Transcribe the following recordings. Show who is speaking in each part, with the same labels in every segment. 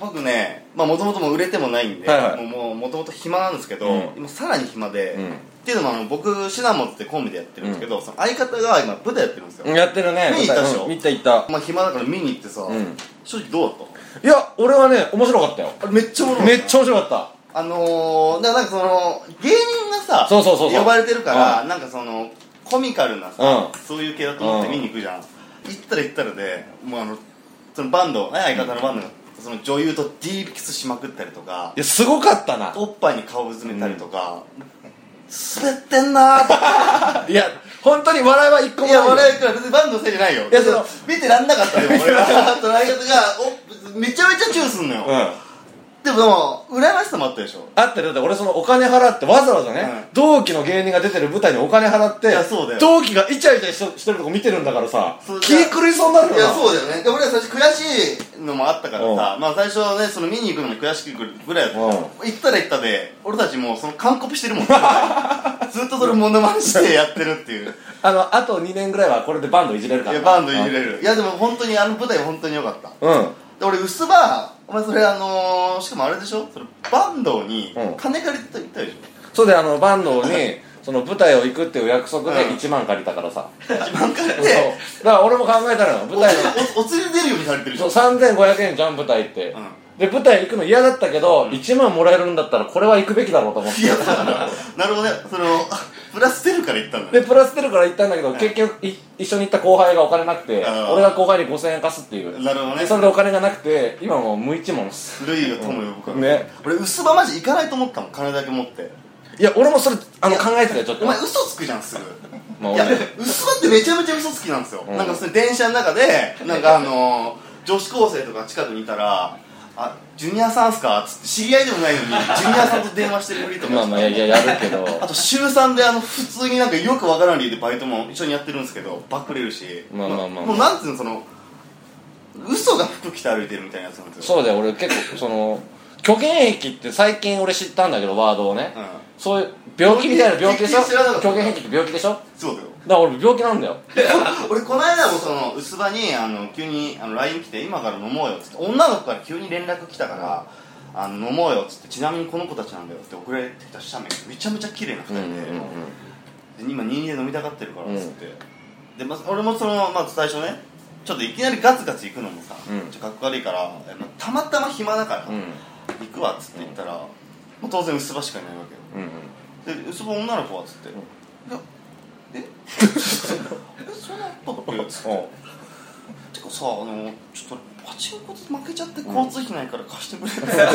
Speaker 1: 僕ねまあもともとも売れてもないんで、
Speaker 2: はいはい
Speaker 1: もうもともと暇なんですけど、
Speaker 2: うん
Speaker 1: 今さらに暇で、
Speaker 2: うん
Speaker 1: っていうのもあの僕シナモンってコンビでやってるんですけど、その相方が今舞台やってるんですよ、
Speaker 2: やってるね
Speaker 1: 見に行ったでしょ
Speaker 2: うん見た行った
Speaker 1: まあ暇だから見に行ってさ、
Speaker 2: ん
Speaker 1: 正直どうだっ
Speaker 2: いや俺はね面白かったよ
Speaker 1: たあれめっちゃおもろい
Speaker 2: めっちゃ面白かっ
Speaker 1: あのー、だからなんかその芸人がさ
Speaker 2: そうそうそうそう
Speaker 1: 呼ばれてるから、
Speaker 2: う
Speaker 1: なんかそのコミカルなさ、
Speaker 2: た
Speaker 1: そういう系だと思って見に行くじゃん、行ったら行ったらでもうあのそのバンドね相方のバンドが、その女優とディープキスしまくったりとか
Speaker 2: いやすごかったな
Speaker 1: おっぱいに顔ぶつめたりとか、滑ってんなーとか
Speaker 2: いや本当に笑いは一個も
Speaker 1: い
Speaker 2: ない
Speaker 1: や笑いから別にバンドのせいじゃないよ
Speaker 2: いやその
Speaker 1: 見てらんなかったよ俺 はと相方がおめちゃめちゃチューすんのよ、
Speaker 2: うん
Speaker 1: でもでも羨ましさもあったでしょ
Speaker 2: あってるだって俺そのお金払ってわざわざね、
Speaker 1: うん
Speaker 2: 同期の芸人が出てる舞台にお金払って
Speaker 1: いやそうだよ
Speaker 2: 同期がイチャイチャしとしてるとこ見てるんだからさ
Speaker 1: そう
Speaker 2: 気狂いそうになるよ
Speaker 1: い
Speaker 2: な
Speaker 1: やそうだよねで俺は最初悔しいのもあったからさ、まあ最初はねその見に行くのも悔しくぐらいだったから、
Speaker 2: うん
Speaker 1: 行ったら行ったで俺たちもうその完コピしてる もんずっとそれモノマネしてやってるって いう
Speaker 2: あのあと2年ぐらいはこれでバンドいじれるか
Speaker 1: い
Speaker 2: ら
Speaker 1: やバンドいじ
Speaker 2: る
Speaker 1: れるいやでも本当にあの舞台本当に良かった
Speaker 2: うん
Speaker 1: で俺薄葉お前それあのー、しかもあれでしょそれバンドに
Speaker 2: うん
Speaker 1: 金借りて行ったでしょ、
Speaker 2: そうであのバンドにその舞台を行くっていう約束で
Speaker 1: うん
Speaker 2: 1万借りたからさ、
Speaker 1: 自慢借り
Speaker 2: そう
Speaker 1: て
Speaker 2: だから俺も考えたのよ
Speaker 1: お
Speaker 2: 舞台の
Speaker 1: おお釣り出るように借りてるでし
Speaker 2: そう
Speaker 1: ょ
Speaker 2: 3500円じゃん舞台って、
Speaker 1: うん
Speaker 2: で舞台行くの嫌だったけど、1万もらえるんだったらこれは行くべきだろうと思って
Speaker 1: いやだからなるほどねそのプラス出るから行ったんだね
Speaker 2: でプラス出るから行ったんだけど結局い一緒に行った後輩がお金なくて
Speaker 1: あー
Speaker 2: 俺が後輩に5000円貸すっていう
Speaker 1: なるほどね
Speaker 2: それでお金がなくて今もう無一文です
Speaker 1: 古いよ友よ僕は
Speaker 2: ね
Speaker 1: 俺薄葉マジ行かないと思ったもん金だけ持って
Speaker 2: いや俺もそれあの
Speaker 1: いや
Speaker 2: 考えてたよちょっと
Speaker 1: お前嘘つくじゃんすぐ
Speaker 2: まあ
Speaker 1: いや
Speaker 2: 俺ね
Speaker 1: 薄葉ってめちゃめちゃ嘘つきなんですよ、
Speaker 2: うん
Speaker 1: なんかそれ電車の中 でなんかあのー、女子高生とか近くにいたら「あジュニアさんっすか?」つって知り合いでもないのにジュニアさんと電話してるふりとか
Speaker 2: まあまあいやいややるけ ど
Speaker 1: あと週3であの普通になんかよくわからん理由でバイトも一緒にやってるんですけどバックれるし
Speaker 2: まあまあまあ
Speaker 1: もうなんていうのその嘘が服着て歩いてるみたいなやつなんですよ
Speaker 2: そうだよ俺結構その虚言癖って最近俺知ったんだけどワードをね、
Speaker 1: うん
Speaker 2: そういう病気みたいな病気でしょ
Speaker 1: 知らなかった
Speaker 2: 虚言癖って病気でしょだか
Speaker 1: そうだよ
Speaker 2: ら俺病気なんだよ
Speaker 1: 俺この間もその薄場にあの急にあの LINE 来て「今から飲もうよ」っつって女の子から急に連絡来たから「あの飲もうよ」っつって「ちなみにこの子たちなんだよ」って送られてきた写メめちゃめちゃ綺麗な2
Speaker 2: う
Speaker 1: 人
Speaker 2: んうんうん
Speaker 1: で,、
Speaker 2: うん
Speaker 1: で今人間飲みたがってるからっつって、でまず俺もそのまず最初ねちょっといきなりガツガツ行くのもさ、
Speaker 2: うん
Speaker 1: ちょっとかっこ悪いからえまたまたま暇だから、
Speaker 2: うん
Speaker 1: 行くわっつって言ったら、もう当然薄場しかいないわけよ
Speaker 2: うん
Speaker 1: で「そこ女の子は?」っつって「
Speaker 2: ん
Speaker 1: いやえ えそんなことだっけ?」っつって
Speaker 2: お
Speaker 1: てかさあのちょっとパチンコで負けちゃって交通費ないから貸してくれって言 って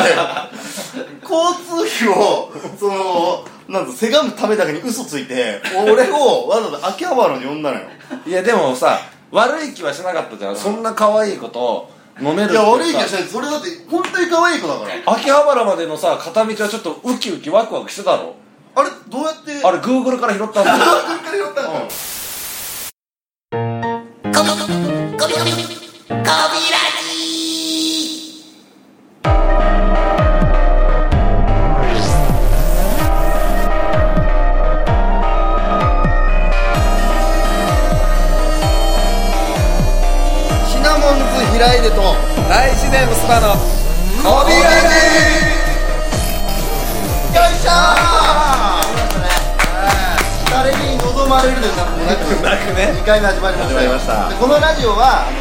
Speaker 1: 交通費をそのなんだせがむためだけに嘘ついて俺をわざわざ秋葉原に呼んだのよ
Speaker 2: いやでもさ悪い気はしなかったじゃんそんな可愛い子と飲めるっ
Speaker 1: い
Speaker 2: て
Speaker 1: や
Speaker 2: さ
Speaker 1: 悪い気はしないそれだって本当に可愛い子だから
Speaker 2: 秋葉原までのさ片道はちょっとウキウキワクワクしてたろ
Speaker 1: あれどうやって
Speaker 2: あれグーグルから拾ったんだよ
Speaker 1: どうやってやったの
Speaker 3: ゴミゴミゴミゴミゴミラジ
Speaker 1: シナモンズ開いでと
Speaker 2: 大自然スパの
Speaker 1: ゴミラジよいしょー誰に望まれるでなくもなく
Speaker 2: なくね
Speaker 1: 2回目始まりました
Speaker 2: 始まりました
Speaker 1: でこのラジオはあ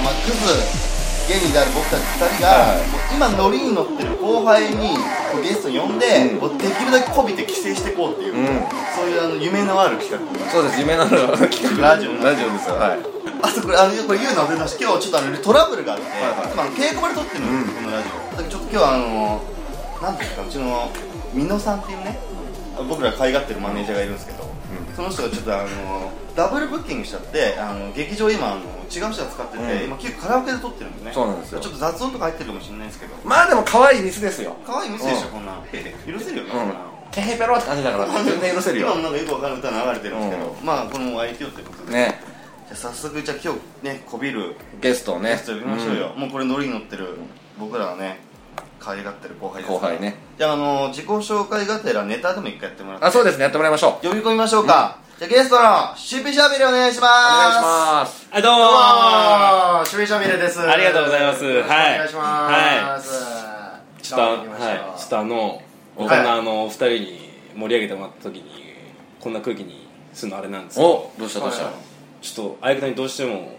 Speaker 1: のーまあ、クズ芸人である僕たち2人が、
Speaker 2: はい
Speaker 1: もう今ノリに乗ってる後輩にこうゲストに呼んで、こうできるだけこびて規制していこうっていう、
Speaker 2: ん
Speaker 1: そういうあの夢のある企画
Speaker 2: そうです夢なのラジ
Speaker 1: ラジオの
Speaker 2: オですよはい
Speaker 1: あとこれあのこれ言うの忘れてました今日ちょっとあのトラブルがあって、
Speaker 2: はい
Speaker 1: 今あの稽古場で撮ってるんですよ、このラジオだからちょっと今日はあのなんていうんですかうちの美濃さんっていうね僕ら可愛がってるマネージャーがいるんですけど、その人がちょっとあのダブルブッキングしちゃってあの劇場今あの違う人が使ってて、
Speaker 2: うん
Speaker 1: 今結構カラオケで撮ってるんでね
Speaker 2: そうなんですよ
Speaker 1: ちょっと雑音とか入ってるかもしれないですけど
Speaker 2: まあでも可愛いミスですよ
Speaker 1: 可愛い店でしょ、
Speaker 2: うん
Speaker 1: こんなの許せるよね、こ
Speaker 2: うん
Speaker 1: んなの
Speaker 2: ヘヘペロって感じだから全然許せる
Speaker 1: 今
Speaker 2: よ
Speaker 1: もなんかよくわからん歌流れてるんですけど、まあこの ITO ってことで、
Speaker 2: ね
Speaker 1: じゃあ早速じゃあ今日ねこびる
Speaker 2: ゲストをね
Speaker 1: ゲスト呼びましょうよ、もうこれノリに乗ってる僕らはね可愛がってる後輩
Speaker 2: う
Speaker 1: で
Speaker 2: ん
Speaker 1: す
Speaker 2: 後輩ね
Speaker 1: じゃああの自己紹介がてらネタでも一回やってもらって
Speaker 2: あそうですねやってもらいましょ
Speaker 1: 呼び込みましょうか、じゃあゲストのシュピシャビレお願いします
Speaker 2: お願いします
Speaker 4: あどう
Speaker 1: どうも
Speaker 4: も
Speaker 1: ーシュピシャビレです
Speaker 4: ありがとうございます
Speaker 1: よろしくお
Speaker 4: はい
Speaker 1: 願いします、はい、
Speaker 4: ちょっとあはいちょっとあのこんなあのお二人に盛り上げてもらった時にこんな空気にするのあれなんですけど
Speaker 2: おどうしたどうした
Speaker 1: はい
Speaker 4: ちょっと相方にどうしても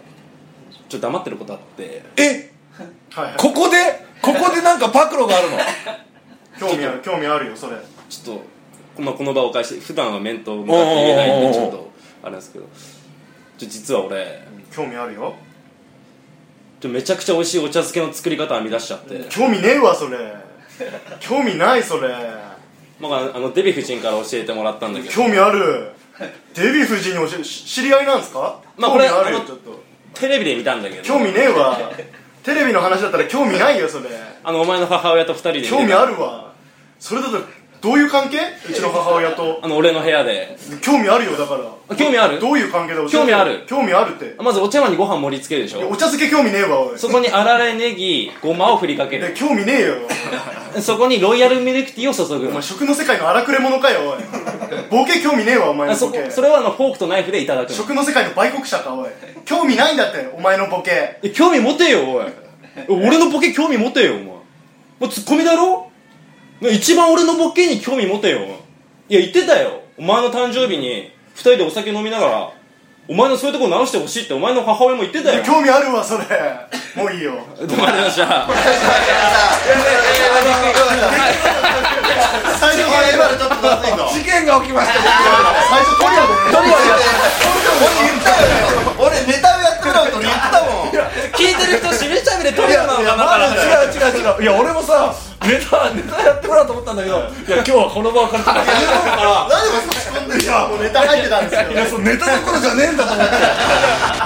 Speaker 4: ちょっと黙ってることあって
Speaker 2: え
Speaker 1: はいはい
Speaker 2: ここでここでなんか暴露があ るの
Speaker 1: 興味ある興味あるよそれ
Speaker 4: ちょっとこのこの場をお返して普段は面と向かって言えないんでち
Speaker 2: おう
Speaker 4: ょ
Speaker 2: おうおうおう
Speaker 4: っとあれなんですけどちょ実は俺
Speaker 1: 興味あるよ
Speaker 4: ちょめちゃくちゃ美味しいお茶漬けの作り方編み出しちゃって、
Speaker 1: 興味ねえわそれ興味ないそれ
Speaker 4: まあ、あのデヴィ夫人から教えてもらったんだけど
Speaker 1: 興味あるデヴィ夫人に教えし知り合いなんですか、
Speaker 4: まあ
Speaker 1: 興
Speaker 4: これ
Speaker 1: 味あるよ
Speaker 4: あの
Speaker 1: ちょっと
Speaker 4: テレビで見たんだけど
Speaker 1: 興味ねえわテレビの話だったら興味ないよそれ
Speaker 4: あのお前の母親と二人で見てた
Speaker 1: 興味あるわそれだとどういう関係うちの母親と
Speaker 4: あの俺の部屋で
Speaker 1: 興味あるよだから
Speaker 4: あ興味ある
Speaker 1: どういう関係だ教えて
Speaker 4: 興味ある
Speaker 1: 興味あるって
Speaker 4: まずお茶碗にご飯盛り付けるでし
Speaker 1: いやお
Speaker 4: ょ
Speaker 1: 茶漬け興味ねえわおい
Speaker 4: そこにあられネギごまを振りかけ
Speaker 1: いや
Speaker 4: る
Speaker 1: 興味ねえよ
Speaker 4: そこにロイヤルミルクティーを注ぐ
Speaker 1: お前食の世界の荒くれ者かよおいボケ興味ねえわお前
Speaker 4: あ
Speaker 1: の
Speaker 4: そ
Speaker 1: ボ
Speaker 4: こ
Speaker 1: ケ
Speaker 4: それはあのフォークとナイフでい ただくの
Speaker 1: 食の世界の売国者かおい興味ないんだってお前のボケ
Speaker 4: え興味持てよお い俺のボケ興味持てよお前もうツッコミだろ一番俺のボケに興味持てよいや言ってたよお前の誕生日に二人でお酒飲みながらお前のそういうとこ直してほしいってお前の母親も言ってたよ
Speaker 1: 興味あるわそれもういいよ
Speaker 4: どうもありがとうございました
Speaker 1: 最初から今のちょっとまずいの
Speaker 2: 事件が起きました
Speaker 1: 最初トリオでね
Speaker 3: 俺ネタをやってるのと言ったもん
Speaker 4: 聞いてる人しめしゃべでトリオなのかなだ
Speaker 2: あ
Speaker 4: から
Speaker 2: の違う違う違ういや俺もさネタネタやってもらおうと思ったんだけどいや今日はこの場を借りてい
Speaker 1: 何でも差し込んでるよもうネタ入って たんですよ
Speaker 2: やそのネタどころじゃねえんだと思って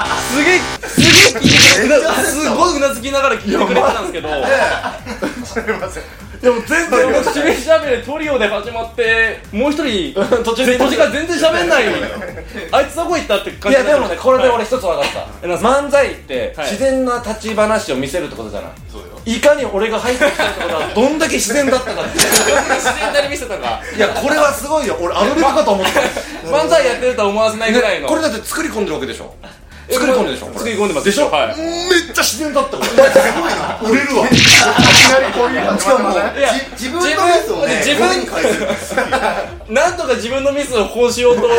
Speaker 4: すげえすげえ聞いてくれたすごいうなずきながら聞いてくれてたんですけど
Speaker 1: すいません
Speaker 2: でも全然俺
Speaker 4: しめしゃべでトリオで始まってもう一人 途中で途中から全然しゃべんないあいつどこ行ったって感
Speaker 2: い
Speaker 4: じ
Speaker 2: や
Speaker 4: に
Speaker 2: で
Speaker 4: なっちゃう
Speaker 2: もねこれで俺一つ分かった、漫才って
Speaker 4: はい
Speaker 2: 自然な立ち話を見せるってことじゃない、い、かに俺が入ってきたってこと はどんだけ自然だったか って
Speaker 4: どんだけ自然なり見せたか
Speaker 2: いやこれはすごいよ俺アドリブかと思った
Speaker 4: 漫才やってるとは思わせないぐらいの
Speaker 2: これだって作り込んでるわけでしょ作り込んでるでしょこれ
Speaker 4: 作り込んでますでしょはい
Speaker 2: めっちゃ自然だったこれ
Speaker 1: 売れるわいきなりこういう感じまでね
Speaker 4: いや
Speaker 3: 自分のやつをね
Speaker 4: 自分なんとか自分のミスをこうしよう と理由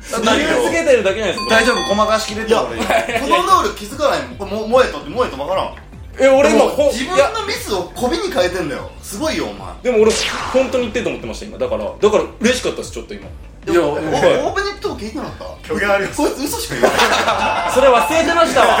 Speaker 4: つけてるだけじゃないですか
Speaker 2: 大丈夫ごまかしきれてる俺
Speaker 1: このルール気づかないもんこれも燃えとって燃えと分からん
Speaker 4: え俺今ほん
Speaker 1: 自
Speaker 4: いや
Speaker 1: 分のミスをコビに変えてんだよすごいよお前
Speaker 4: でも俺本当に言ってると思ってました今だからだから嬉しかったですちょっと今
Speaker 2: いや
Speaker 1: おオ
Speaker 2: お
Speaker 1: ープニングとか聞いてなかった虚言ありこいつ嘘しか言わない
Speaker 4: それ忘れてましたわ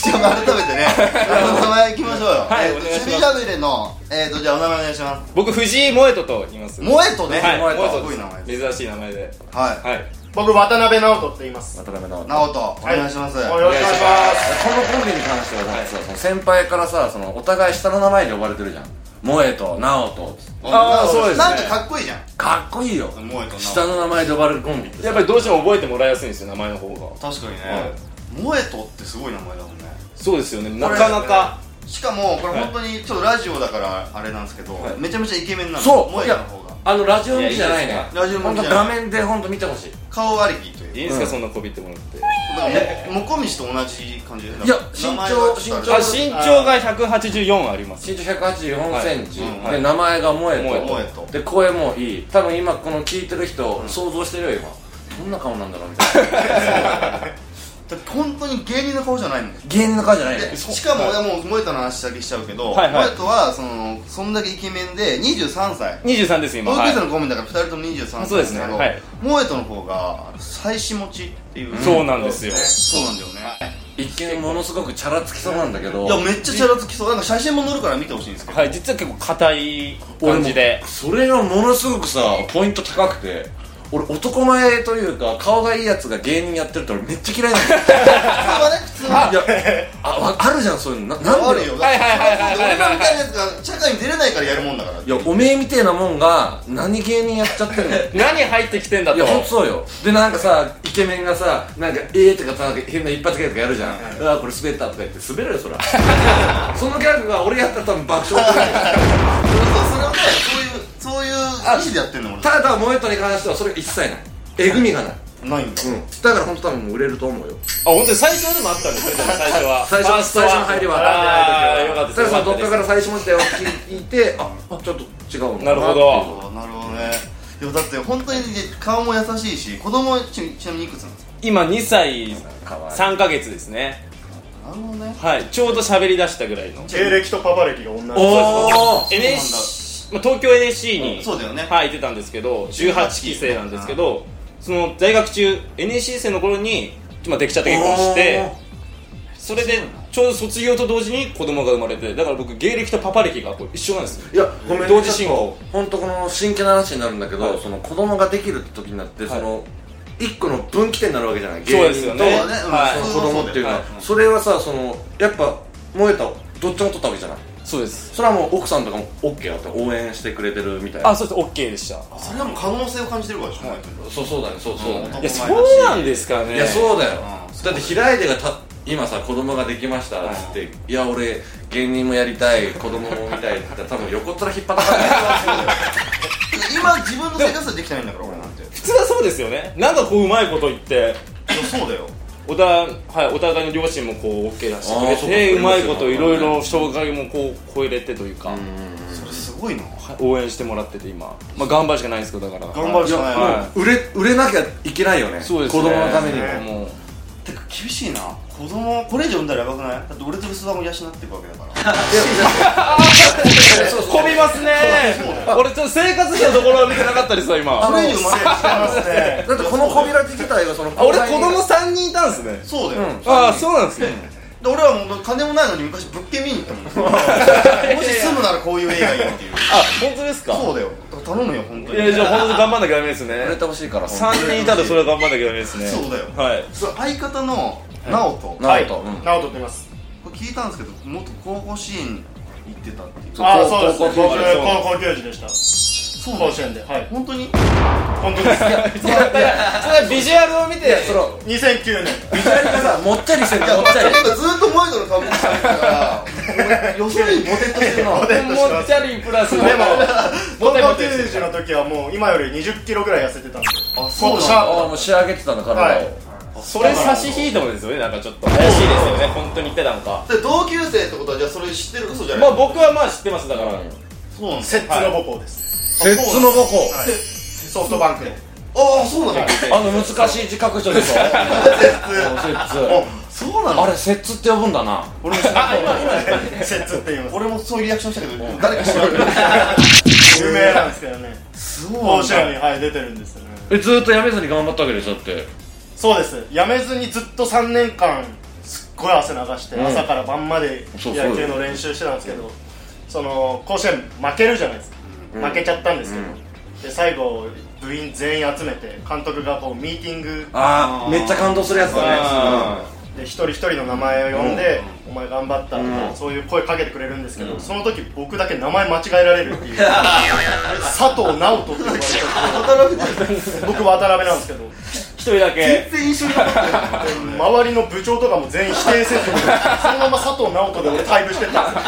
Speaker 1: じゃあ改めてねあの名前いきましょうよ
Speaker 4: は
Speaker 1: え
Speaker 4: い
Speaker 1: ーと
Speaker 4: お願い
Speaker 1: シ
Speaker 4: します
Speaker 1: ュビシャビレのえっとじゃあお名前お願いします
Speaker 4: 僕藤井萌人と言います
Speaker 1: 萌えとね
Speaker 4: はい
Speaker 2: 萌人
Speaker 1: すごい名前
Speaker 4: 萌人です珍しい名前で
Speaker 1: はい
Speaker 4: はい
Speaker 5: 僕渡辺直人って言います
Speaker 2: 渡辺直
Speaker 1: 直人お願いします、
Speaker 5: よろしくお願いします
Speaker 2: このコンビに関してはなんかさその先輩からさそのお互い下の名前で呼ばれてるじゃん萌えと直人
Speaker 4: あーそうですね
Speaker 1: なんかかっこいいじゃん
Speaker 2: かっこいいよ
Speaker 1: 萌えと
Speaker 2: 下の名前で呼ばれるコンビって
Speaker 4: やっぱりどうしても覚えてもらいやすいんですよ名前の方が
Speaker 1: 確かにね萌えとってすごい名前だもんね
Speaker 4: そうですよねなかなか
Speaker 1: しかもこれ本当にちょっとラジオだからあれなんですけど、めちゃめちゃイケメンなの
Speaker 2: そう
Speaker 1: 萌えの方が
Speaker 2: あのラジオ向きじゃない
Speaker 4: いやいい
Speaker 2: ね
Speaker 1: ですよラジオ向きじゃない
Speaker 2: ほんと画面で本当見てほしい
Speaker 1: 顔ありきという
Speaker 4: いいんですかそんなこびってもらって
Speaker 1: だからももこみちと同じ感じで
Speaker 2: いや
Speaker 1: 名前はちょっとあ
Speaker 4: あ
Speaker 1: れ
Speaker 4: 身長が184あります
Speaker 2: 身長1 8 4センチ、
Speaker 1: はいうん
Speaker 2: で名前が萌えと
Speaker 1: 萌えと
Speaker 2: で声もいい多分今この聞いてる人、想像してるよ今どんな顔なんだろうみたいな
Speaker 1: だって本当に芸人の顔じゃないもん
Speaker 2: 芸人の顔じゃないよ
Speaker 1: でしかも俺はもう萌えとの話だけしちゃうけど、
Speaker 4: はいはい
Speaker 1: 萌えとはそのそんだけイケメンで23歳
Speaker 4: 23です今
Speaker 1: 同級
Speaker 4: はい
Speaker 1: 生のコメンだから2人とも23歳
Speaker 4: そうですね
Speaker 1: なんけど
Speaker 4: はい
Speaker 1: 萌えとの方が妻子持ちっていう、
Speaker 4: そうなんですよ
Speaker 1: ねそうなんだよね、
Speaker 2: 一見ものすごくチャラつきそうなんだけど
Speaker 1: いやめっちゃチャラつきそうなんか写真も載るから見てほしいんですけど、
Speaker 4: はい実は結構硬い感じで
Speaker 2: それがものすごくさポイント高くて俺男前というか顔がいいやつが芸人やってるって俺めっちゃ嫌いなんだよ
Speaker 1: 普通はね普通 はい
Speaker 2: やあわあるじゃんそういうのななん
Speaker 1: あ
Speaker 2: で
Speaker 1: る
Speaker 2: よ
Speaker 1: よ
Speaker 4: はいはいはいはいはい
Speaker 1: 俺らみたいなやつが社会に出れないからやるもんだから
Speaker 2: いやおめえみてえなもんが何芸人やっちゃってんのい
Speaker 4: 何入ってきてんだと
Speaker 2: やほんとそうよでなんかさイケメンがさなんかええとかさ変な一発ギャグとかやるじゃん、ああこれ滑ったとか言って滑るよそ らそのギャグが俺やったら多分爆笑するよ
Speaker 1: そうそれはねそういうそういう意思でやってんの俺
Speaker 2: ただ萌えとに関してはそれが一切ないえぐみがない
Speaker 1: ないんだ
Speaker 2: うんだから本当多分もう売れると思うよ
Speaker 4: あ本当に最初はでもあったんですよ最初は
Speaker 2: 最初
Speaker 4: ファー
Speaker 2: の
Speaker 4: スト
Speaker 2: 最初の入りは分かん
Speaker 4: あ
Speaker 2: な
Speaker 4: あ
Speaker 2: い
Speaker 4: よかった
Speaker 2: 時はだからそのどっか
Speaker 4: よ
Speaker 2: か
Speaker 4: かっ
Speaker 2: ら最初の時代を聞いてああちょっと違うのか
Speaker 4: なるほど
Speaker 1: あーなるほどねでもだって本当にね顔も優しいし子供ちちなみにいくつなんですか
Speaker 4: た今2歳
Speaker 2: かわいい
Speaker 4: 3ヶ月ですね
Speaker 1: なるほどね
Speaker 4: はいちょうど喋り出したぐらいの
Speaker 5: 経歴とパパ歴が同じ
Speaker 4: おお
Speaker 1: うなんだ
Speaker 4: NSC まあ東京 NSC に、
Speaker 1: そうだよね
Speaker 4: はい、行ってたんですけど18期生なんですけどその在学中 NSC 生の頃に、まあ、できちゃって結婚してそれでちょうど卒業と同時に子供が生まれてだから僕芸歴とパパ歴がこう一緒なんですよ
Speaker 2: いやごめんね
Speaker 4: 同時進行
Speaker 2: ちょっと本当この真剣な話になるんだけど、
Speaker 4: はい
Speaker 2: その子供ができるって時になって、
Speaker 4: はい
Speaker 2: その一個の分岐点になるわけじゃない
Speaker 4: そうですよね
Speaker 2: 芸人
Speaker 1: そうだねうん
Speaker 4: はい
Speaker 2: とその子供っていうのは、
Speaker 4: はい
Speaker 2: それはさそのやっぱ萌えたどっちも取ったわけじゃない
Speaker 4: そうです
Speaker 2: それはもう奥さんとかも OK だって応援してくれてるみたいな
Speaker 4: あそうです OK でした
Speaker 1: それはもう可能性を感じてるからでしょ、
Speaker 2: そうそうだねそうそうだね、
Speaker 1: うん
Speaker 4: いやそうなんですかね
Speaker 2: いやそうだよ、
Speaker 1: うん
Speaker 2: だって平井でがた今さ子供ができましたっつって、い、や俺芸人もやりたい子供もみたいって言ったら多分横っ面引っ張らか
Speaker 1: 今自分の生活はできてないんだから俺なんてい
Speaker 4: 普通はそうですよねなんかこううまいこと言って
Speaker 1: やそうだよ
Speaker 4: おた、はい、お互いの両親もこう OK 出してくれ
Speaker 2: あーそうか
Speaker 4: てうまいこといろい
Speaker 2: そう
Speaker 4: ろ障害もこう超えれてというか、
Speaker 1: それすごいな
Speaker 4: はい応援してもらってて今、まあ、頑張るしかないんですけどだから
Speaker 1: 頑張るしかない
Speaker 4: いや
Speaker 1: な
Speaker 4: も
Speaker 2: 売れ売れなきゃいけないよね
Speaker 4: そうです
Speaker 2: 子
Speaker 4: ね
Speaker 2: 供のためにも、
Speaker 5: ね
Speaker 4: もう
Speaker 1: てか厳しいな子供これ以上産んだらやばくないだって俺と薄田も養っていくわけだから
Speaker 4: 混みますね俺ちょっと生活費のところは見てなかったですよ今
Speaker 1: これ以上生まれ違いますね
Speaker 2: だってこの扉自体がその
Speaker 4: あ俺子供3人いたんですね
Speaker 1: そうだよ、
Speaker 2: うん
Speaker 4: ああそうなんですね
Speaker 1: で俺はもう金もないのに昔物件見に行ったもんもし住むならこういう映画いいっていう
Speaker 4: あ本当ですか
Speaker 1: そうだよだから頼むよ本当
Speaker 4: い
Speaker 1: に
Speaker 4: やじゃあ本当に頑張んなきゃダメですね
Speaker 2: 売れてほしいから
Speaker 4: 3人いたらそれは頑張んなきゃダメですね
Speaker 1: そうだよ
Speaker 4: はい
Speaker 1: そう相方の直人、
Speaker 2: なると、うん
Speaker 5: 直人って言います
Speaker 1: これ聞いたんですけど元高校支援行ってたっていう
Speaker 2: う
Speaker 5: ああそうです
Speaker 2: 高
Speaker 5: 僕
Speaker 2: 校球児です
Speaker 5: 高校球児でした
Speaker 1: そう
Speaker 5: 甲子園ではい
Speaker 1: 本当に
Speaker 5: 本当です
Speaker 4: いやいやそれはビジュアルを見て
Speaker 2: その
Speaker 5: 2009年
Speaker 2: ビジュアルがさもっちゃりしてる
Speaker 1: いや、
Speaker 2: もっちゃり
Speaker 1: なんかずっと萌えとの顔見てたから、要するにモテっとしてるな。
Speaker 5: モテっとして
Speaker 4: も
Speaker 5: ま
Speaker 4: っ
Speaker 5: す
Speaker 4: ちゃりプラス
Speaker 5: でも
Speaker 4: モ
Speaker 5: 高
Speaker 4: テモ
Speaker 5: 校
Speaker 4: テ
Speaker 5: 球児の時はもう今より20キロぐらい痩せてたんで
Speaker 1: あそうなんだ
Speaker 5: もっとシャー
Speaker 2: ああもう仕上げてたの体を、
Speaker 5: はい
Speaker 4: それ差し引いてもですよねなんかちょっと怪しいですよね本当に言ってたのか
Speaker 1: で同級生ってことは、じゃあそれ知ってる嘘じゃな
Speaker 4: ま
Speaker 1: い、
Speaker 4: あ僕はまあ知ってますだから
Speaker 1: そうなん
Speaker 5: 摂津の母校です
Speaker 2: 摂津の母校
Speaker 5: はいソフトバンクで
Speaker 1: ああ、そうなんだ。
Speaker 2: あの難しい字書く人でしょ摂
Speaker 1: あ、そうな
Speaker 2: 津あ
Speaker 1: の
Speaker 2: れ摂津って呼ぶんだな
Speaker 1: 俺も知らな
Speaker 5: 摂津って言います
Speaker 1: 俺もそういうリアクションしたけど、誰か知らな い。
Speaker 5: 有名なんですけどね
Speaker 1: そう
Speaker 5: 甲
Speaker 1: なん
Speaker 5: 子園
Speaker 1: だ。
Speaker 5: にはい出てるんですよね
Speaker 2: えずーっと辞めずに頑張ったわけでしょだって
Speaker 5: そうです辞めずにずっと3年間すっごい汗流して、
Speaker 2: うん
Speaker 5: 朝から晩まで
Speaker 2: そう
Speaker 5: 野球の練習してたんですけどその甲子園負けるじゃないですか、負けちゃったんですけど、で最後部員全員集めて監督がこうミーティング
Speaker 2: ああめっちゃ感動するやつだね
Speaker 5: で一人一人の名前を呼んで、お前頑張ったとか、そういう声かけてくれるんですけど、その時僕だけ名前間違えられる っていう佐藤直人って呼ばれちゃって僕渡辺なんですけど
Speaker 4: 一人だけ
Speaker 1: 全然印象に残ってない。
Speaker 5: 周りの部長とかも全員否定せずに そのまま佐藤直人で俺退部してったんで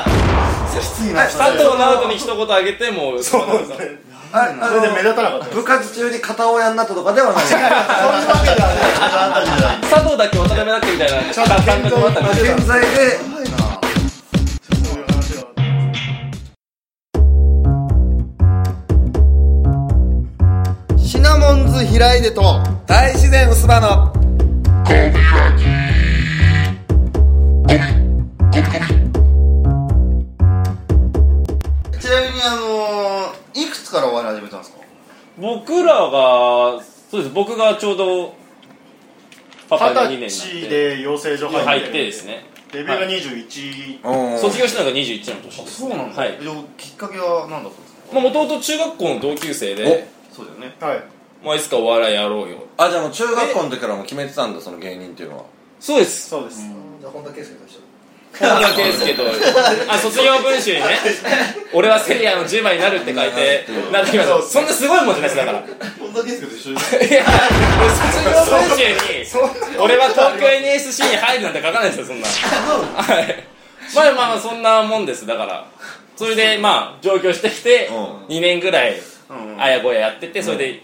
Speaker 5: すよ
Speaker 1: きついな、
Speaker 4: 佐藤直人に一言あげてもうそうですね
Speaker 2: あ
Speaker 5: それで目立たなかったです
Speaker 2: 部活中に片親になったとかではない
Speaker 4: 佐藤だけ渡辺だけみたいなちゃんと感覚もあったりして
Speaker 2: 健在で
Speaker 5: そういう話は
Speaker 1: シナモンズ開いでと。
Speaker 2: 大自然すばの
Speaker 1: ちなみに、あのー、いくつからお笑い始めたんですか
Speaker 4: 僕らがそうです僕がちょうどパパが2年
Speaker 5: 20
Speaker 4: にな
Speaker 5: 歳
Speaker 4: って
Speaker 5: で養成所入
Speaker 4: 入
Speaker 5: っ
Speaker 4: っててですね
Speaker 5: デビューが21
Speaker 4: 卒業したのが21の年です
Speaker 1: そうなんだ。
Speaker 4: はい
Speaker 1: できっかけは何だったんですか
Speaker 4: もともと中学校の同級生で
Speaker 1: そうだよね。
Speaker 5: はい
Speaker 4: まあいつかお笑いやろうよ
Speaker 2: あじゃあもう中学校の時からも決めてたんだその芸人っていうのは
Speaker 4: そうです
Speaker 5: そうです
Speaker 1: じゃあ、本田圭佑と一緒。
Speaker 4: 本田圭佑と あ卒業文集にね俺はセリアの10枚になるって書いてなってきましたそんなすごいもんじゃないですだから
Speaker 1: 本田圭佑と一緒に。
Speaker 4: いや、卒業文集に、俺は東京 NSC に入るなんて書かないですよ、そんな。はい。まあまあまあ、そんなもんです、だから。それで、まあ、上京してきて、
Speaker 2: う
Speaker 4: 2年ぐらい、
Speaker 1: うん
Speaker 4: あやごややってて、それで、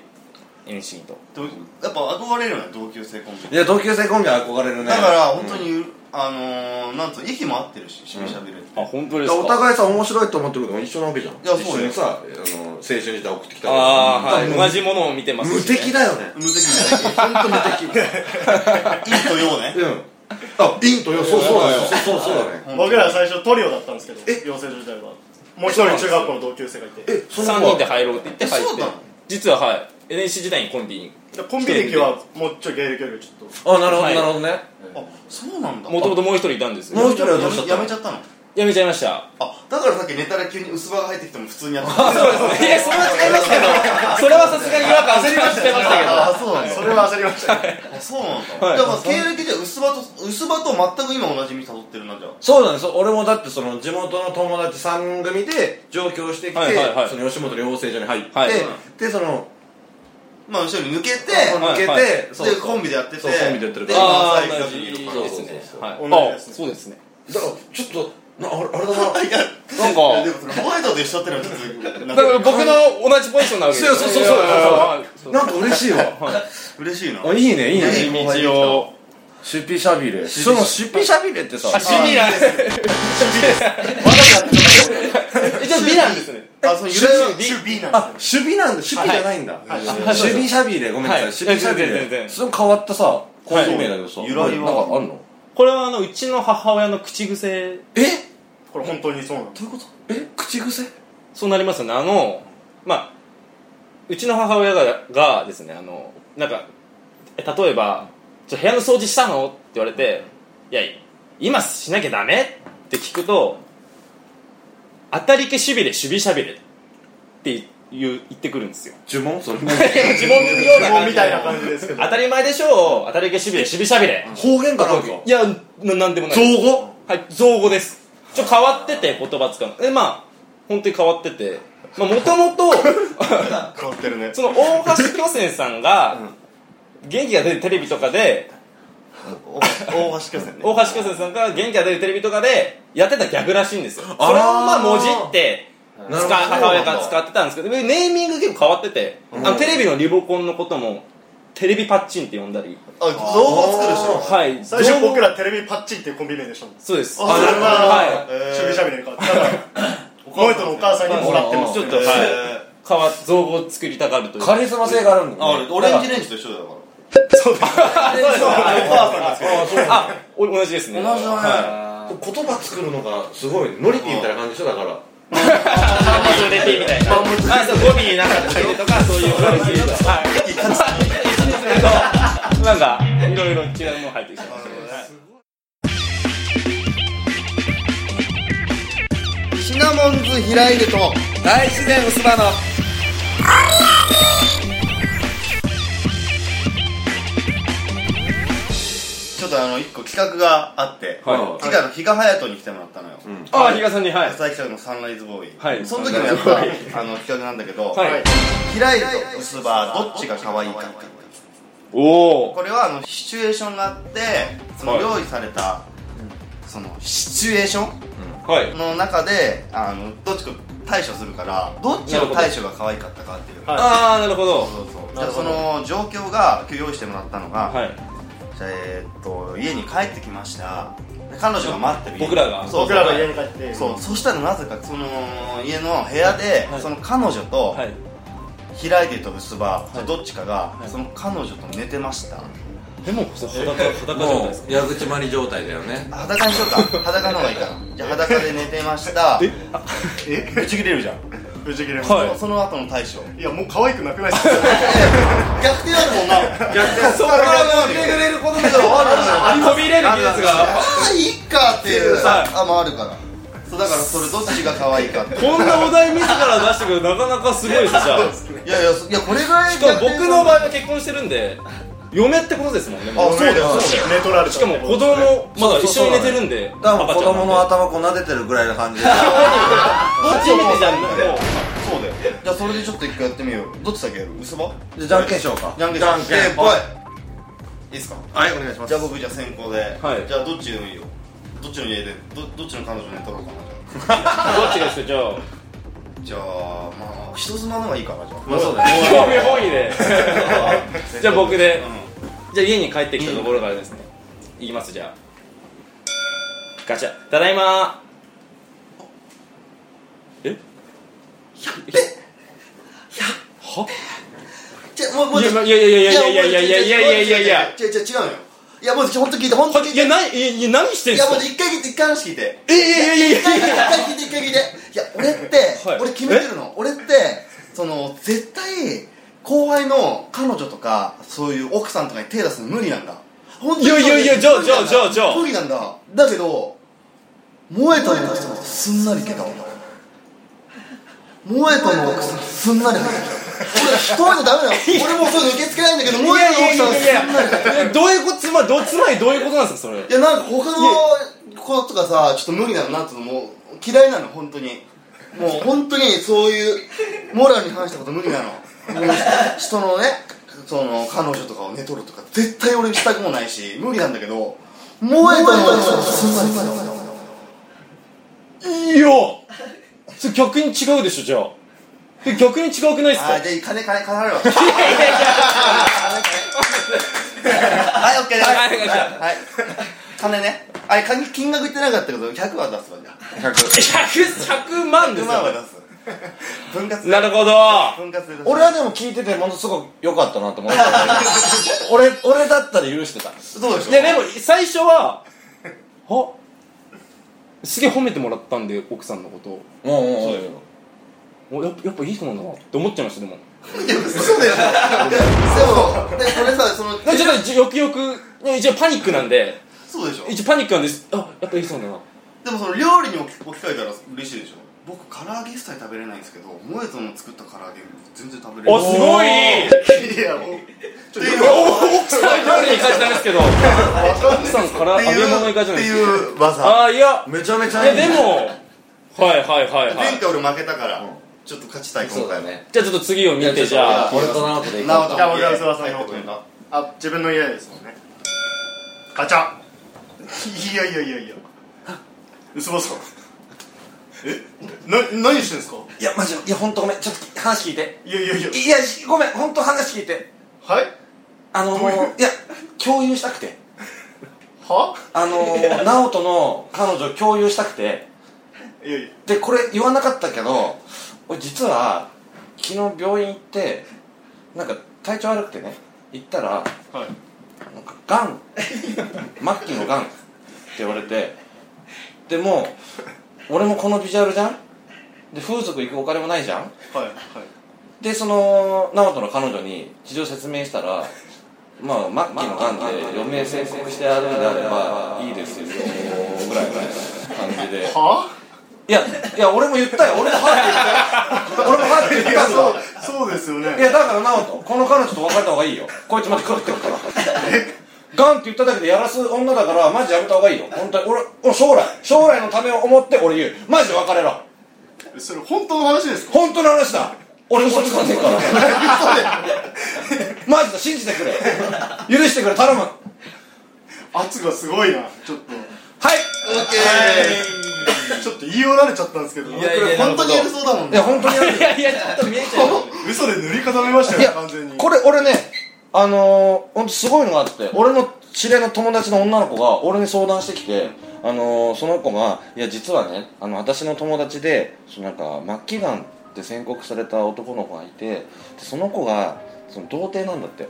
Speaker 4: 遠心と
Speaker 1: どうやっぱ憧れるよね同級生コンビ
Speaker 2: いや同級生コンビは憧れるね
Speaker 1: だから本
Speaker 2: う
Speaker 1: 当
Speaker 2: ん
Speaker 1: に、あのー、なんつう息も合ってるししゃべるって、
Speaker 4: あ本当で
Speaker 2: い
Speaker 4: す
Speaker 2: や
Speaker 4: か
Speaker 2: お互いさ面白いと思ってることが一緒なわけじゃんい
Speaker 1: やそうよ
Speaker 2: 一緒にさあの青春時代送ってきたから
Speaker 4: ああはい
Speaker 2: うん
Speaker 4: 同じものを見てます
Speaker 2: 無敵だよね
Speaker 1: 無敵じゃない本当 無敵いいとようね
Speaker 2: うんあ陰と陽そうそうだよそうそうだね
Speaker 5: 僕ら最初トリオだったんですけど
Speaker 2: え
Speaker 5: 養成所時代はもう一人中学校の同級生がいて
Speaker 2: えその
Speaker 4: 3
Speaker 2: 子
Speaker 4: 人
Speaker 2: は
Speaker 4: で入ろうって言って入
Speaker 1: そう
Speaker 4: って
Speaker 1: なの
Speaker 4: 実ははい NSC 時代にコンビに
Speaker 5: でコンビ歴はもうちょい芸歴よりちょっと
Speaker 2: あなるほどな
Speaker 4: はい
Speaker 2: るほどね
Speaker 1: あそうなんだ
Speaker 4: もともともう一人いたんです
Speaker 2: もう一人はどうしち
Speaker 1: や
Speaker 2: ゃっ
Speaker 1: め
Speaker 2: た
Speaker 1: やめ
Speaker 2: の
Speaker 1: ちゃったの
Speaker 4: やめちゃいました
Speaker 1: あだからさっき寝たら急に薄葉が入ってきても普通にやってた
Speaker 4: そう ですねいやそれは違いますけどそれはさすがに違和感焦りましてましたけど
Speaker 1: あそうなんだ
Speaker 5: それは焦りましたね
Speaker 1: あそうなん
Speaker 4: はい
Speaker 1: だだから経歴では薄葉と薄葉と全く今同じ道辿ってるなじゃあ
Speaker 2: そうなんです俺もだってその地元の友達3組で上京してきて、
Speaker 4: はいはいはい
Speaker 2: その吉本の養成所に入って、
Speaker 4: はい
Speaker 2: でその
Speaker 1: まあ後ろに抜けて
Speaker 2: 抜けて、
Speaker 4: はいはい
Speaker 2: そうそう
Speaker 1: でコンビでやってて
Speaker 2: そうコンビでやってる
Speaker 1: で
Speaker 4: あ
Speaker 1: 今最
Speaker 4: あ同
Speaker 1: 近
Speaker 4: じ
Speaker 1: い
Speaker 4: で
Speaker 1: る
Speaker 4: す
Speaker 1: か
Speaker 4: ね
Speaker 1: ら
Speaker 2: そうそうそう
Speaker 4: はい
Speaker 5: 同じですね
Speaker 4: あそう
Speaker 2: だか
Speaker 4: ですね
Speaker 2: らちょっとなあれあれだな
Speaker 4: なんか
Speaker 1: でもそれホワイトと一緒ってのはちょっとなん
Speaker 4: だから
Speaker 1: か
Speaker 4: 僕の同じポジションなわけです
Speaker 2: そうそうそうそう
Speaker 4: そう
Speaker 2: なんか嬉しいわ
Speaker 1: 嬉しいな
Speaker 2: あいいねいいね
Speaker 1: いい道を
Speaker 2: シュピシャビレそのシュピシャビレってさ
Speaker 4: シュビラです 一応ビランですね
Speaker 1: あその由来は B なんですよ
Speaker 2: あシュビなんだシュピじゃないんだ、シュビシャビレごめんなさい、
Speaker 4: はい
Speaker 2: シュビシャビ
Speaker 4: 全然全
Speaker 2: レ
Speaker 4: 然
Speaker 2: その変わったさコンビ名だけどさ
Speaker 1: そう由来は
Speaker 2: なんかあんの
Speaker 4: これはあのうちの母親の口癖
Speaker 2: え
Speaker 5: これ本当にそうなんです
Speaker 2: え口癖
Speaker 4: そうなりますよねあのまあうちの母親ががですねあのなんかえ例えば「ちょ部屋の掃除したの?」って言われて「いや今しなきゃダメ?」って聞くと「当たりけしびれ守備しゃびれ」って言う言ってくるんですよ
Speaker 2: 呪文それ
Speaker 4: 自分のような
Speaker 5: も
Speaker 4: 感
Speaker 5: う
Speaker 4: じ
Speaker 5: み
Speaker 4: で
Speaker 5: たいな感じですけど
Speaker 4: 当たり前でしょう当たりけしびれ守備しゃびれ
Speaker 2: 方言かなんか
Speaker 4: いやななんでもな
Speaker 2: 造
Speaker 4: い
Speaker 2: 語
Speaker 4: はい、造語です。ちょ、変わってて、言葉使うの。で、まあ、本当に変わってて、まあ、もともと、
Speaker 1: 変わってるね
Speaker 4: その、大橋巨泉さんが、元気が出るテレビとかで、
Speaker 1: お大橋巨泉ね
Speaker 4: 大橋巨泉さんが元気が出るテレビとかで、やってたギャグらしいんですよ。それを
Speaker 2: あー
Speaker 4: まあ、もじって、
Speaker 2: な
Speaker 4: 使
Speaker 2: るほ
Speaker 4: う
Speaker 2: ど
Speaker 4: 母親が使ってたんですけど、でネーミング結構変わってて、あのテレビのリモコンのことも、テレビパッチンって呼んだり、
Speaker 1: あ造語作る人
Speaker 4: はい、
Speaker 5: 最初
Speaker 4: 造語
Speaker 5: 僕らテレビパッチンっていうコンビ名でしたもん
Speaker 4: そうです。
Speaker 5: あ
Speaker 1: なるほど
Speaker 4: はい。
Speaker 1: えー
Speaker 5: しゃべしゃべに変わってだからモエトのお母さんにもらってます
Speaker 4: ちょっと、はい。変わっ、造語を作りたがるというか
Speaker 2: カリスマ性があるんだ
Speaker 1: あ
Speaker 2: ね
Speaker 1: オレンジレンジと一緒だよだからあお母さんが
Speaker 2: あそうあそう
Speaker 4: あ、お同じですね。
Speaker 1: 同じだね
Speaker 4: は
Speaker 2: 言葉作るのがすごいねノリピーみたいな感じでしょだから
Speaker 4: い。パンプスレティみたいな。あ、そう、語尾になんかつけてとか、そういう感じ。はい。一ですけど、なんか、いろいろ違うもの入ってきてます。
Speaker 1: シナモンズ開いでと
Speaker 4: 大自然薄葉の。
Speaker 1: ちょっとあの一個企画があって
Speaker 4: はい
Speaker 1: 次回の比嘉隼人に来てもらったのよ
Speaker 4: あ、比嘉さんに、はい。
Speaker 1: 佐伯さんのサンライズボーイ、
Speaker 4: はい
Speaker 1: その時のやっぱあの企画なんだけど、
Speaker 4: はい。
Speaker 1: 平井と薄葉どっちが可愛いかっていう
Speaker 4: おお。
Speaker 1: これはあのシチュエーションがあってその用意された、そのシチュエーショ
Speaker 4: はい
Speaker 1: ン。の中であのどっちか対処するからどっちの対処が可愛かったかっていう
Speaker 5: はい
Speaker 4: あー、なるほど。
Speaker 1: そうそうじ
Speaker 5: な
Speaker 1: ゃあ
Speaker 5: る
Speaker 1: そ
Speaker 5: ほど
Speaker 1: の状況が今日用意してもらったのが、
Speaker 4: はい。
Speaker 1: じゃあえーっと家に帰ってきましたで彼女が待ってる家
Speaker 4: 僕らが
Speaker 1: そう
Speaker 5: 僕らが家に帰って
Speaker 1: そうそしたらなぜかその家の部屋で、
Speaker 4: はい
Speaker 1: その彼女と
Speaker 4: はい。
Speaker 1: 開いてと薄葉、
Speaker 4: い
Speaker 1: どっちかが、
Speaker 4: い
Speaker 1: その彼女と寝てました
Speaker 4: でも、そう裸、裸状態
Speaker 2: も
Speaker 4: です。
Speaker 2: う矢口まり状態だよね
Speaker 1: 裸にしようか裸の方がいいからじゃあ裸で寝てましたえぶち切れるじゃん、
Speaker 5: 無事切れま
Speaker 4: はい
Speaker 5: し
Speaker 1: その後の対処
Speaker 5: たいやもう可愛くなくないですか
Speaker 1: 逆転あるもんな逆転
Speaker 4: そこから持ってくれることで、
Speaker 1: あ
Speaker 4: 飛び入れる技術が、
Speaker 1: あいいかっていう
Speaker 4: はい
Speaker 1: あもあるからそうだからそれどっちが可愛いかって
Speaker 4: こんなお題自ら出してくる、なかなかすごいです、じゃあ。
Speaker 1: いやいやそいやこれぐらい
Speaker 4: しかも僕の場合
Speaker 1: 合
Speaker 4: は結婚してるんで嫁ってことですもんね
Speaker 1: あそうだよそうだよ
Speaker 5: 寝取られた
Speaker 4: しかも子供まだ一緒に寝てるんで
Speaker 2: だからもう子供の頭
Speaker 4: 頭
Speaker 2: こう撫でてるぐらいの感じで
Speaker 4: どっち見てじゃんもう
Speaker 1: そうだよじゃあそれでちょっと一回やってみようどっちだけやる薄葉
Speaker 2: じゃあじゃんけんしようか
Speaker 1: じゃんけん
Speaker 2: じゃんけん
Speaker 1: えーぽいいいっすか
Speaker 2: はいお願いしま
Speaker 1: じゃあ僕じゃあ先行で、
Speaker 4: はい
Speaker 1: じゃあどっちでもいいよどっちの家でどどっちの彼女に取ろうかなじゃ
Speaker 4: どっちですじゃあ
Speaker 1: じゃあまあ人妻の がいいかなじゃあ
Speaker 2: まあそうだね
Speaker 4: 興味本位でじゃあ僕で
Speaker 1: う
Speaker 4: じゃあ家に帰ってきたところからですねいきますじゃあガチャただいまーえやっべやは
Speaker 1: んじゃあもうもう
Speaker 4: いやいやいやいやいやいやいやいやいやいやいや
Speaker 1: 違う違う違う違うのよいやもう本当聞いて本当聞い
Speaker 4: い
Speaker 1: て
Speaker 4: やないやいや何して
Speaker 1: い
Speaker 4: んす
Speaker 1: や
Speaker 4: か
Speaker 1: もう一回聞いて一回話聞いて
Speaker 4: えいやいやいやいや
Speaker 1: 一回聞いて一回聞いていや俺って、
Speaker 4: はい
Speaker 1: 俺決めてるの俺ってその絶対後輩の彼女とかそういう奥さんとかに手出すの無理なんだ本当に
Speaker 4: いやいやいやじゃあじゃあじゃあじゃあ
Speaker 1: 無理なんだだけど萌えたの奥さんすんなり来たわ萌えたの奥さんすんなり来 た俺一人じゃダメだよ俺もうそういうの受け付けないんだけど
Speaker 4: い
Speaker 1: 萌
Speaker 4: や
Speaker 1: え
Speaker 4: いやい
Speaker 1: たの奥さんすんなり来
Speaker 4: やいやどういうことつまりどつまりどういうことなんですかそれ
Speaker 1: いやなんか他の子とかさちょっと無理なのなんつうのもう嫌いなの本当にもう本当にそういうモラルに反したこと無理なのもう人のねその彼女とかを寝取るとか絶対俺したくもないし無理なんだけど燃えたのはそんなに
Speaker 4: いやそれ逆に違うでしょじゃあえ逆に違くないっす
Speaker 1: あ
Speaker 4: か
Speaker 1: あじゃあ金金金払うわはいオッケーです
Speaker 4: はいはい
Speaker 1: はい金ねあれ金金額言ってなかったけど100は出すわじゃあ100
Speaker 4: 100, 100万です
Speaker 1: 100万は
Speaker 4: よ
Speaker 1: 出す分割
Speaker 4: なるほど
Speaker 1: 分割で出す
Speaker 2: 俺はでも聞いててものすごく良かったなと思った 俺俺だったら許してた
Speaker 1: そうでしょ
Speaker 4: いやでも最初はあすげえ褒めてもらったんで奥さんのことを
Speaker 2: うんうんうん
Speaker 4: おやっぱやっぱいい人なんだなって思っちゃいましたでも
Speaker 1: いや嘘だよいやでもでそれさその
Speaker 4: でちょっとじよくよくいや一応パニックなんで
Speaker 1: そうでしょ
Speaker 4: 一応パニックなんですあやっぱいい人なんだな
Speaker 1: でもその料理に置き置き換えたら嬉しいでしょ僕唐揚げ一切食べれないんですけど萌えとの作った唐揚げ全然食べれない
Speaker 4: おすごい
Speaker 5: いやもう
Speaker 1: っていう
Speaker 4: 奥さん料理に行かせたんですけど奥さんから揚げ物に行かせたん
Speaker 1: って
Speaker 4: です
Speaker 1: いう技
Speaker 4: あーいや
Speaker 1: めちゃめち
Speaker 4: いやでもはいはいはいは
Speaker 1: 前
Speaker 4: い
Speaker 1: 回俺負けたからちょっと勝ちたい
Speaker 2: そ
Speaker 1: 今
Speaker 2: うだ
Speaker 1: 回
Speaker 2: ね
Speaker 4: じゃあちょっと次を見てじゃあ
Speaker 2: 俺と直人で
Speaker 1: なお
Speaker 2: 行こ
Speaker 1: と
Speaker 5: じゃあ俺は翼
Speaker 1: はい
Speaker 5: の
Speaker 1: 僕の
Speaker 5: あ自分の家ですもんねガチャ いやいやいやいや嘘嘘
Speaker 1: な何してんですか
Speaker 2: ういやマジでいや本当ごめんちょっと話聞いて
Speaker 5: いやいやいや
Speaker 2: いやしごめん本当話聞いて
Speaker 5: はい
Speaker 2: あのー、いや共有したくて
Speaker 5: は
Speaker 2: あのー、直人の彼女共有したくて
Speaker 5: いやいや
Speaker 2: でこれ言わなかったけど俺実は昨日病院行ってなんか体調悪くてね行ったら
Speaker 5: はい
Speaker 2: なんかが ん末期のがんって言われてでもう俺もこのビジュアルじゃんで風俗行くお金もないじゃん
Speaker 5: はいはい
Speaker 2: でその直人の彼女に治療説明したらまあ末期のがんで余命宣告してあるんであればいいですよぐらいの感じで
Speaker 5: はい
Speaker 2: やいや俺も言ったよ俺もはって言ったよ俺もはって言ったんだ
Speaker 5: あそうですよ
Speaker 2: い
Speaker 5: ね
Speaker 2: やだから直人この彼女と別れた方がいいよこいつマジ狂ってるからガンって言っただけでやらす女だからマジやめた方がいいよ本当に俺俺将来将来のためを思って俺言うマジで別れろ
Speaker 5: それ本当の話ですか
Speaker 2: 本当の話だ俺嘘つかねえからマジだ信じてくれ許してくれ頼むはい
Speaker 5: 圧がすごいなちょっ
Speaker 1: オッケ
Speaker 5: とちょっと言い寄られちゃったんですけど
Speaker 1: ーこれ本当にやりそうだもん
Speaker 2: い
Speaker 1: ね
Speaker 2: や本当にやる
Speaker 4: いやいやちょっと見えちゃう
Speaker 5: 嘘で塗り固めました
Speaker 2: い
Speaker 5: よ
Speaker 2: や
Speaker 5: ね完全に
Speaker 2: これ俺ねあのー、ほんとすごいのがあって俺の知り合いの友達の女の子が俺に相談してきてあのー、その子が「いや実はねあの私の友達でそのなんか末期がんって宣告された男の子がいてでその子がその童貞なんだって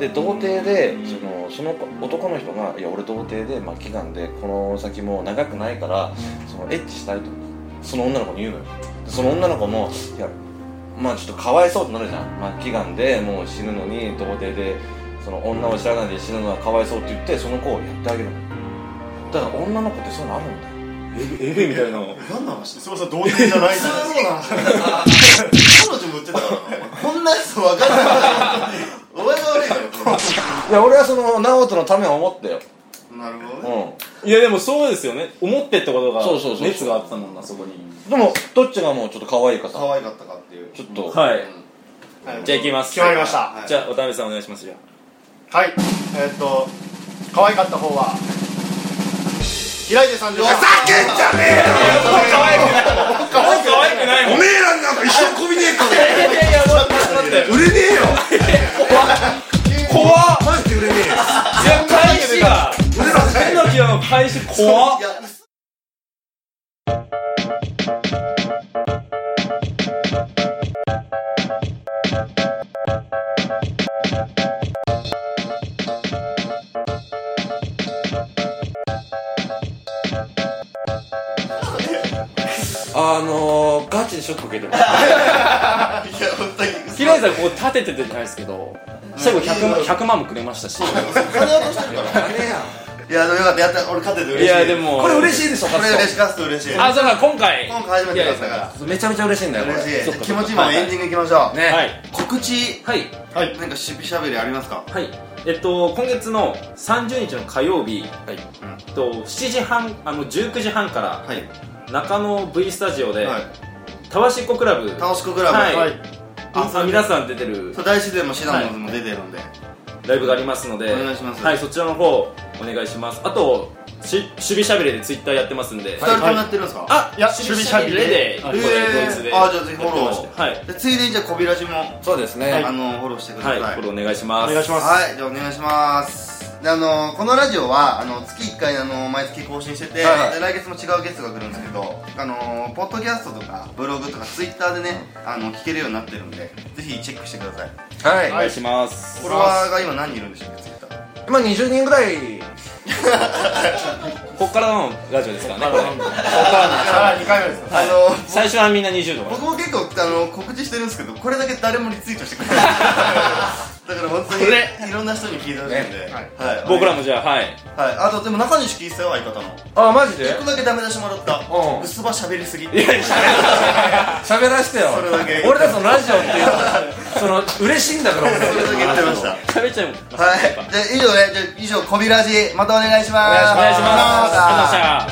Speaker 2: で童貞でそのその子男の人が「いや俺童貞で末期がんでこの先も長くないからそのエッチしたい」とその女の子に言うのよでその女の子も「いやまあちょっとかわいそうってなるじゃん末期がんでもう死ぬのに童貞でその女を知らないで死ぬのはかわいそうって言ってその子をやってあげるのだから女の子ってそういうのあるんだよ
Speaker 4: エグいみたいな
Speaker 1: 何の話
Speaker 5: すごさ同点じゃないんだ
Speaker 1: そうなの彼女も言ってたからなこんなやつ分かんないお前が悪いだろ
Speaker 2: いや俺はその直人のためを思ってよ
Speaker 1: なるほ
Speaker 2: う
Speaker 1: どね
Speaker 2: ん
Speaker 4: いやでもそうですよね思ってってことが
Speaker 2: そうそうそう
Speaker 4: 熱があったもんなそこに
Speaker 2: でもどっちがもうちょっと可愛いかさ
Speaker 1: 可愛かったかっていう
Speaker 2: ちょっと、
Speaker 4: はいじゃあ行きます
Speaker 5: 決まりました
Speaker 1: はい
Speaker 4: じゃあ渡辺さんお願いしますよ
Speaker 5: はいえーっと可愛かった方は平出さんです
Speaker 2: ふざけんじゃね
Speaker 4: 可愛くない
Speaker 2: えよおめえらなんか一生こびねえから
Speaker 4: いやいやもうだって
Speaker 2: 売れねえよ
Speaker 4: 怖っ
Speaker 2: マジで売れねえよ
Speaker 4: いや返しが手 のひらの返し怖っ
Speaker 1: いや
Speaker 2: あのー、ガチでショック受けてます
Speaker 1: いや本当に
Speaker 4: 平井さんこう立てててじゃないですけど最後 100, 万100万もくれましたしい
Speaker 1: 金落としてるから
Speaker 2: あれや
Speaker 1: いやでもよかったやった俺勝てて嬉しい
Speaker 4: やでも
Speaker 2: これ嬉しいでしょ
Speaker 1: これ
Speaker 2: 勝
Speaker 1: 嬉
Speaker 2: つ
Speaker 1: しかった嬉しい
Speaker 4: あだから今回
Speaker 1: 今回初めてだったか
Speaker 2: とめちゃめちゃ嬉しいんだよこ
Speaker 1: ら
Speaker 2: れ
Speaker 1: 嬉し
Speaker 4: そっ
Speaker 1: い
Speaker 4: か
Speaker 1: 気持ちいいままエンディングいきましょう
Speaker 2: ね
Speaker 4: はい
Speaker 1: 告知
Speaker 4: はい
Speaker 5: はい
Speaker 1: なんかししゃべりありますか
Speaker 4: はい、えっと、今月の30日の火曜日、
Speaker 2: はい
Speaker 4: えっと、7時半あの19時半から、
Speaker 1: はい
Speaker 4: 中野 V スタジオで、
Speaker 1: はい
Speaker 4: タワシっこクラブ
Speaker 1: 楽しくクラブ
Speaker 4: はい
Speaker 5: はい
Speaker 4: あ
Speaker 1: そう
Speaker 4: 皆さん出てる
Speaker 1: そう大自然もシナモンズも出てるんで
Speaker 4: ライブがありますので
Speaker 1: お願いします
Speaker 4: はい、そちらの方お願いしますあとし守備しゃべれでツイッターやってますんで、
Speaker 1: 二人ともやってるんですか
Speaker 4: あ
Speaker 5: いや
Speaker 4: 守備しゃべれで一個
Speaker 5: は
Speaker 4: で
Speaker 5: い
Speaker 4: ド
Speaker 1: えー
Speaker 4: イツで
Speaker 1: あじゃあぜひフォロー
Speaker 4: やってましてはい、
Speaker 1: でついでにじゃあこびらじも
Speaker 2: そうですね、
Speaker 1: あのフォローしてください
Speaker 4: はい、フォローお願いします
Speaker 5: お願いします
Speaker 1: はいじゃあお願いしますであのこのラジオはあの月1回あの毎月更新してて、
Speaker 2: はいはい
Speaker 1: で来月も違うゲストが来るんですけどあのポッドキャストとかブログとかツイッターでねあの聞けるようになってるんでぜひチェックしてください
Speaker 2: はい、
Speaker 4: お願いします
Speaker 1: フォロワーが今何人いるんでしょうかツイッター
Speaker 2: 今20人ぐらい
Speaker 4: こっからのラジオですからねこれ
Speaker 5: あ2回目です
Speaker 1: あの
Speaker 4: 最初はみんな20度
Speaker 1: 僕も結構あの告知してるんですけどこれだけ誰もリツイートしてくれないだから本当にいろんな人に聞いてほしいんで、
Speaker 2: ね
Speaker 1: はい
Speaker 4: 僕ら
Speaker 1: も
Speaker 4: もじゃあはい
Speaker 1: はいあとでも中西聞いてたよ相方の
Speaker 2: あマジで
Speaker 1: 一個だけダメ出しもらった
Speaker 2: うん
Speaker 1: うすばしゃべりすぎ
Speaker 2: 喋らせてよ
Speaker 1: それだけ
Speaker 2: 俺たちのラジオっていうその嬉しいんだから俺たち
Speaker 1: それだけ言ってました
Speaker 4: 喋っちゃいます
Speaker 1: はいじゃあ以上ねじゃあ以上こびらじまたお願いします
Speaker 4: お願いしますありがとうございました